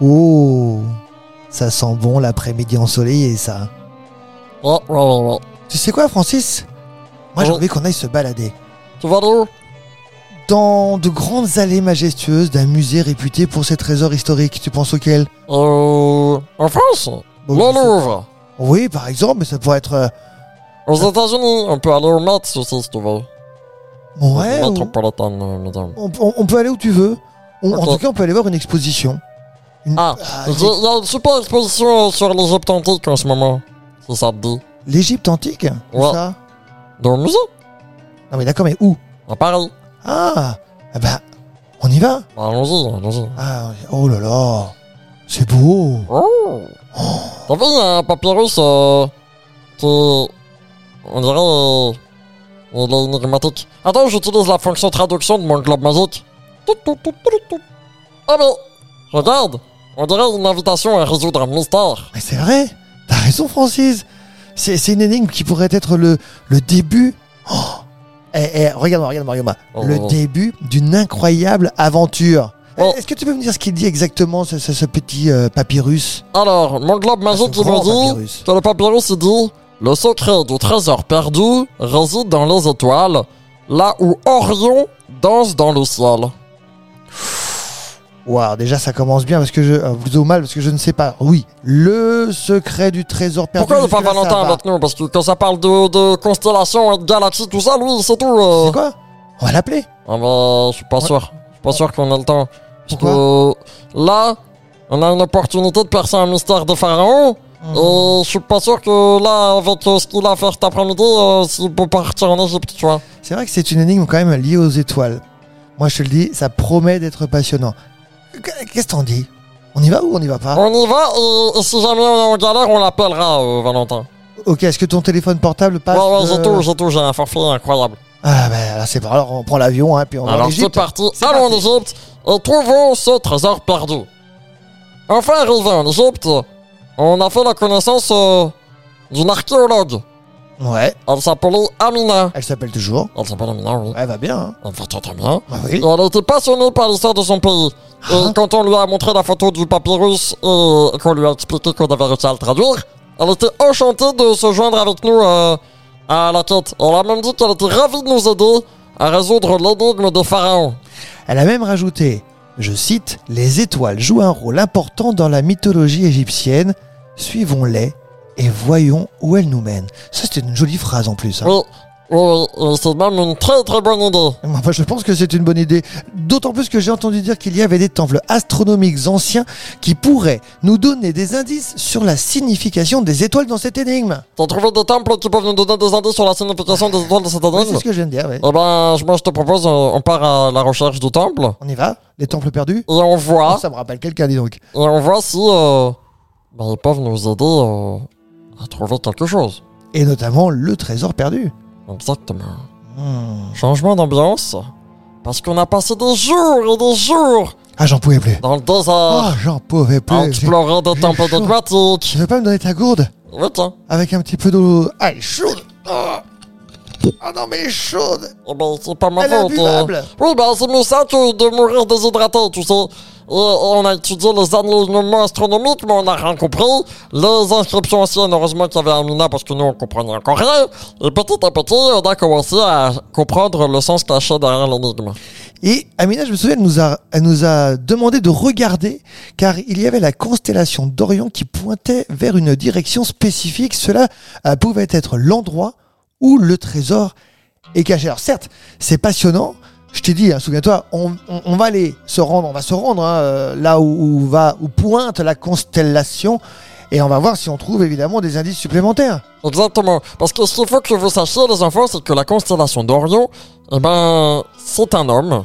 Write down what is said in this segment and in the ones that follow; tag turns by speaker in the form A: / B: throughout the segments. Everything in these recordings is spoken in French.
A: Oh, ça sent bon l'après-midi ensoleillé, ça.
B: Oh, oh, oh, oh.
A: Tu sais quoi, Francis Moi, j'ai
B: Oh.
A: envie qu'on aille se balader.
B: Tu vas où
A: Dans de grandes allées majestueuses d'un musée réputé pour ses trésors historiques, tu penses auquel
B: Euh, En France
A: Bon,
B: Le
A: je sais.
B: Louvre
A: Oui, par exemple, mais ça pourrait être. euh,
B: Aux États-Unis, on peut aller au Met aussi si tu veux.
A: Ouais, ou-
B: Métropolitaine, euh, madame.
A: on, on- on peut aller où tu veux. On- en
B: D'accord.
A: tout cas, on peut aller voir une exposition. Une-
B: Ah,
A: Ah,
B: Il y a- il y a une super exposition euh, sur l'Égypte antique en ce moment, si ça te dit.
A: L'Égypte antique Où
B: Ouais.
A: ça
B: Dans le musée,
A: Non, mais d'accord, mais où
B: à Paris.
A: Ah Ah bah, on y va
B: Bah, Allons-y, allons-y.
A: Ah, oh là là C'est beau
B: Oh. T'as vu, il y a un papyrus euh, qui. On dirait. euh, Il est énigmatique. Attends, j'utilise la fonction traduction de mon globe magique. Tout, tout, tout, tout, tout. Ah, mais. Regarde On dirait une invitation à résoudre un mystère.
A: Mais c'est vrai T'as raison, Francis C'est c'est une énigme qui pourrait être le, le début. Oh Eh, eh, regarde-moi, regarde-moi, regarde-moi.
B: Oh.
A: Le début d'une incroyable aventure.
B: Oh.
A: Est-ce que tu peux me dire ce qu'il dit exactement, ce, ce- ce petit euh, papyrus
B: Alors, mon globe
A: Ah,
B: magique,
A: ce
B: il me
A: grand
B: dit
A: papyrus.
B: que le papyrus, il dit Le secret du trésor perdu réside dans les étoiles, là où Orion danse dans le ciel.
A: Waouh, déjà ça commence bien parce que je. euh, plutôt mal parce que je ne sais pas. Oui, le secret du trésor perdu.
B: Pourquoi il n'est pas
A: jusque-là, ça
B: Valentin
A: va.
B: avec nous Parce que quand ça parle de, de constellations et de galaxies, tout ça, lui, c'est tout. euh.
A: C'est quoi On va l'appeler.
B: Ah bah, je suis pas sûr. Je suis pas sûr qu'on ait le temps. Parce
A: Pourquoi
B: que là, on a une opportunité de percer un mystère des pharaons.
A: Mhm.
B: Et je suis pas sûr que là, avec euh, ce qu'il a à faire cet après-midi, euh, s'il peut partir en Égypte, tu vois.
A: C'est vrai que c'est une énigme quand même liée aux étoiles. Moi je te le dis, ça promet d'être passionnant. Qu- Qu'est-ce que t'en dis On y va ou on n'y va pas
B: On y va et, et si jamais on est en galère, on l'appellera, euh, Valentin.
A: Ok, est-ce que ton téléphone portable passe
B: ouais, ouais, j'ai
A: de-
B: tout, j'ai tout, j'ai un forfait incroyable.
A: Ah bah alors c'est bon, alors on prend l'avion hein, puis on va en
B: Alors c'est
A: Égypte.
B: parti,
A: C'est
B: allons en
A: parti.
B: Égypte et trouvons ce trésor perdu. Enfin arrivé en Égypte, on a fait la connaissance euh, d'une archéologue.
A: Ouais,
B: Elle s'appelait Amina.
A: elle s'appelle toujours.
B: Elle s'appelle Amina, oui.
A: Elle va bien. Hein.
B: Elle va très très bien.
A: Bah oui.
B: Et elle était passionnée par l'histoire de son pays.
A: Ah.
B: Et quand on lui a montré la photo du papyrus et qu'on lui a expliqué qu'on avait réussi à le traduire, elle était enchantée de se joindre avec nous euh, à la quête. Elle a même dit qu'elle était ravie de nous aider à résoudre l'énigme des pharaons.
A: Elle a même rajouté, je cite, Les étoiles jouent un rôle important dans la mythologie égyptienne, suivons-les et voyons où elles nous mènent. Ça, c'était une jolie phrase en plus. hein.
B: Oui, oui, oui, c'est même une très très bonne idée.
A: Enfin, je pense que c'est une bonne idée. D'autant plus que j'ai entendu dire qu'il y avait des temples astronomiques anciens qui pourraient nous donner des indices sur la signification des étoiles dans cette énigme.
B: T'as trouvé des temples qui peuvent nous donner des indices sur la signification des étoiles de cette
A: Oui,
B: énigme
A: c'est ce que je viens de dire, ouais.
B: Eh ben, je- moi je te propose, euh, on part à la recherche du temple et
A: On y va Les temples perdus
B: on
A: Oh,
B: voit,
A: Ça me rappelle quelqu'un, dis donc.
B: et on voit si euh, ben, ils peuvent nous aider euh, à trouver quelque chose.
A: Et notamment le trésor perdu.
B: Exactement.
A: Hmm.
B: Changement d'ambiance, parce qu'on a passé des jours et des jours
A: Ah, j'en pouvais plus.
B: dans le désert
A: Ah, j'en pouvais
B: à
A: plus. J'ai-
B: explorer des
A: j'ai
B: temples
A: chaud.
B: enigmatiques.
A: Tu veux pas me donner ta gourde
B: Oui, tiens.
A: avec un petit peu d'eau Allez, chaude Ah Ah non, mais elle est chaude
B: Eh ben, c'est pas ma
A: Elle est
B: faute. euh.
A: imbuvable.
B: Oui, ben, c'est mieux ça que de mourir déshydraté, tu sais. Et- et on a étudié les alignements astronomiques, mais on n'a rien compris. Les inscriptions anciennes, heureusement qu'il y avait Amina, parce que nous, on comprenait encore rien. Et petit à petit, on a commencé à comprendre le sens caché derrière l'énigme.
A: Et Amina, je me souviens, elle nous, a, elle nous a demandé de regarder, car il y avait la constellation d'Orion qui pointait vers une direction spécifique. Cela euh, pouvait être l'endroit où le trésor est caché. Alors certes, c'est passionnant. Je t'ai dit, hein, souviens-toi, on, on- on va aller se rendre, on va se rendre hein, euh, là où, où va, où pointe la constellation, et on va voir si on trouve évidemment des indices supplémentaires.
B: Exactement. Parce que ce qu'il faut que vous sachiez, les enfants, c'est que la constellation d'Orion, eh ben, c'est un homme.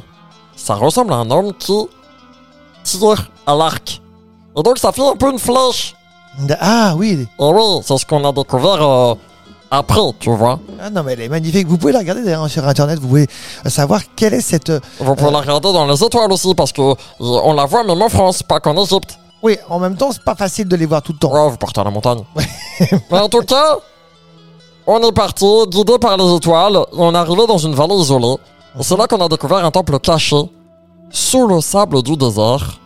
B: Ça ressemble à un homme qui tire à l'arc. Et donc, ça fait un peu une flèche.
A: Ah oui,
B: Et Eh oui, c'est ce qu'on a découvert euh, après, tu vois.
A: ah, non mais elle est magnifique. Vous pouvez la regarder d'ailleurs hein, sur internet. Vous pouvez savoir quelle est cette euh,
B: Vous pouvez la regarder dans les étoiles aussi, parce que euh, on la voit même en France, pas qu'en Égypte.
A: Oui, en même temps, c'est pas facile de les voir tout le temps.
B: Ouais, vous partez à la montagne. Mais en tout cas, on est parti, guidé par les étoiles, et on est arrivé dans une vallée isolée. Et c'est là qu'on a découvert un temple caché, sous le sable du désert,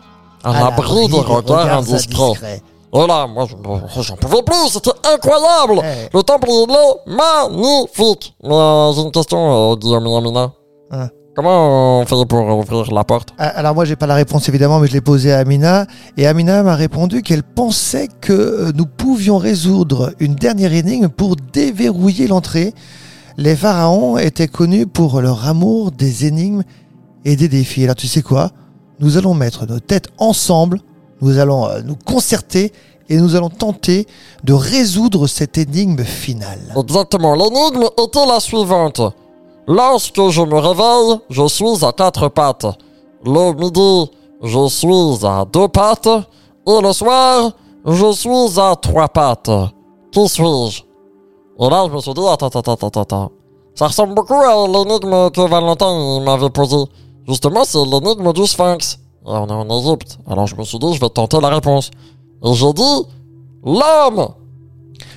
A: Ah
B: À l'abri des regards indiscrets. Oh là, moi, je- moi, j'en pouvais plus, c'était incroyable
A: Ouais.
B: Le temple, il est magnifique Mais euh, j'ai une question, euh, Guillaume et Amina.
A: Hein.
B: Comment on fait pour ouvrir la porte
A: Ah, Alors moi j'ai pas la réponse évidemment, mais je l'ai posée à Amina et Amina m'a répondu qu'elle pensait que euh, nous pouvions résoudre une dernière énigme pour déverrouiller l'entrée. Les pharaons étaient connus pour leur amour des énigmes et des défis. Alors tu sais quoi Nous allons mettre nos têtes ensemble, nous allons euh, nous concerter et nous allons tenter de résoudre cette énigme finale.
B: Exactement, l'énigme était la suivante. Lorsque je me réveille, je suis à quatre pattes. Le midi, je suis à deux pattes. Et le soir, je suis à trois pattes. Qui suis-je Et là, je me suis dit, attends, attends, attends, attends, attends. Ça ressemble beaucoup à l'énigme que Valentin il m'avait posée. Justement, c'est l'énigme du sphinx. Et on est en Égypte. Alors je me suis dit, je vais tenter la réponse. Et j'ai dit, l'homme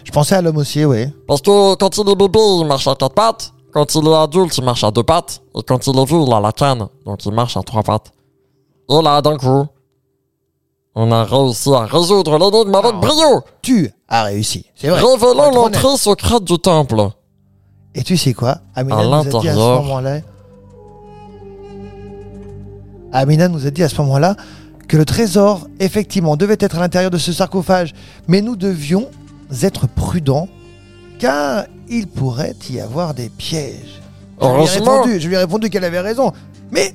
A: Je pensais à l'homme aussi, oui.
B: parce que quand il est bébé, il marche à quatre pattes. Quand il est adulte, il marche à deux pattes. Et quand il est vieux, il a la canne. Donc il marche à trois pattes. Et là, d'un coup, on a réussi à résoudre l'énigme avec
A: Ah.
B: brio,
A: Tu as réussi, c'est vrai.
B: révélant
A: Faut être honnête.
B: l'entrée secrète du temple.
A: Et tu sais quoi Amina
B: À
A: nous a dit à ce
B: l'intérieur.
A: moment-là. Amina nous a dit à ce moment-là que le trésor, effectivement, devait être à l'intérieur de ce sarcophage. Mais nous devions être prudents, car il pourrait y avoir des pièges. Je lui ai
B: Heureusement.
A: répondu, je lui ai répondu qu'elle avait raison. Mais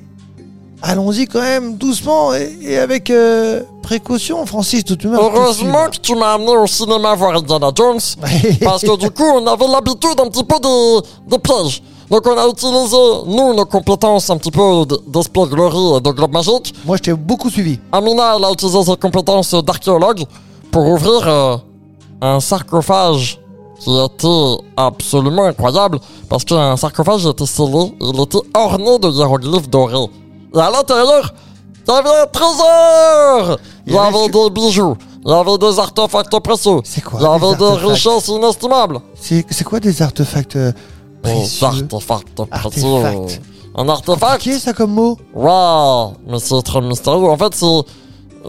A: allons-y quand même doucement et, et avec euh, précaution, Francis, tout de même.
B: Heureusement que tu m'as amené au cinéma voir Indiana Jones. Parce que du coup, on avait l'habitude un petit peu des, des pièges. Donc on a utilisé, nous, nos compétences un petit peu d- d'espièglerie et de globe magique.
A: Moi, je t'ai beaucoup suivi.
B: Amina, elle a utilisé ses compétences d'archéologue pour ouvrir euh, un sarcophage qui était absolument incroyable parce qu'un sarcophage était scellé, il était orné de hiéroglyphes dorés. Et à l'intérieur, il y avait un trésor Il
A: Il
B: y
A: y avait
B: avait des bijoux, il y avait des artefacts précieux,
A: C'est quoi
B: il y
A: les
B: avait des
A: artefacts
B: richesses inestimables.
A: C'est c'est quoi des artefacts euh,
B: Des
A: précieux
B: artefacts précieux.
A: Artefacts.
B: Un artefact
A: Qui est ça comme mot
B: Waouh, mais c'est très mystérieux. En fait, c'est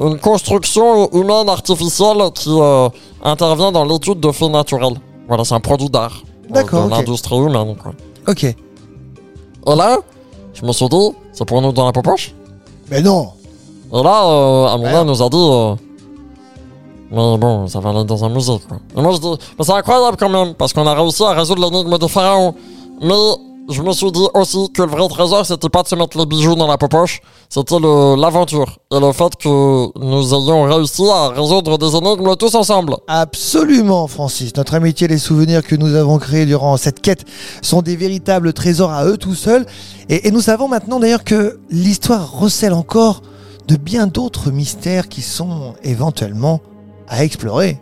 B: une construction humaine artificielle qui euh, intervient dans l'étude de faits naturels. Voilà, c'est un produit d'art. euh,
A: D'accord,
B: De
A: ok.
B: l'industrie humaine, quoi.
A: Ok.
B: Et là, je me suis dit, c'est pour nous dans la poche.
A: Mais non
B: Et là, euh, Amina
A: Ouais.
B: nous a dit, euh, mais bon, ça va aller dans un musée, quoi. Et moi, je dis, mais c'est incroyable quand même, parce qu'on a réussi à résoudre l'énigme des pharaons. Mais je me suis dit aussi que le vrai trésor, c'était pas de se mettre les bijoux dans la poche, c'était le- l'aventure. Et le fait que nous ayons réussi à résoudre des énigmes tous ensemble.
A: Absolument, Francis. Notre amitié et les souvenirs que nous avons créés durant cette quête sont des véritables trésors à eux tout seuls. Et, et nous savons maintenant d'ailleurs que l'histoire recèle encore de bien d'autres mystères qui sont éventuellement à explorer.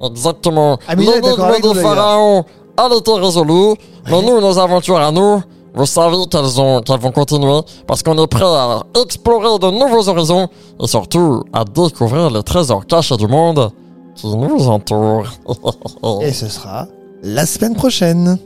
B: Exactement.
A: Amina Ah, est d'accord avec
B: L'énigme
A: nous,
B: des
A: d'ailleurs.
B: pharaons, elle était résolue. Mais
A: Ouais.
B: nous, nos aventures à nous, vous savez qu'elles ont- qu'elles vont continuer parce qu'on est prêt à explorer de nouveaux horizons et surtout à découvrir les trésors cachés du monde qui nous entourent.
A: Et ce sera la semaine prochaine.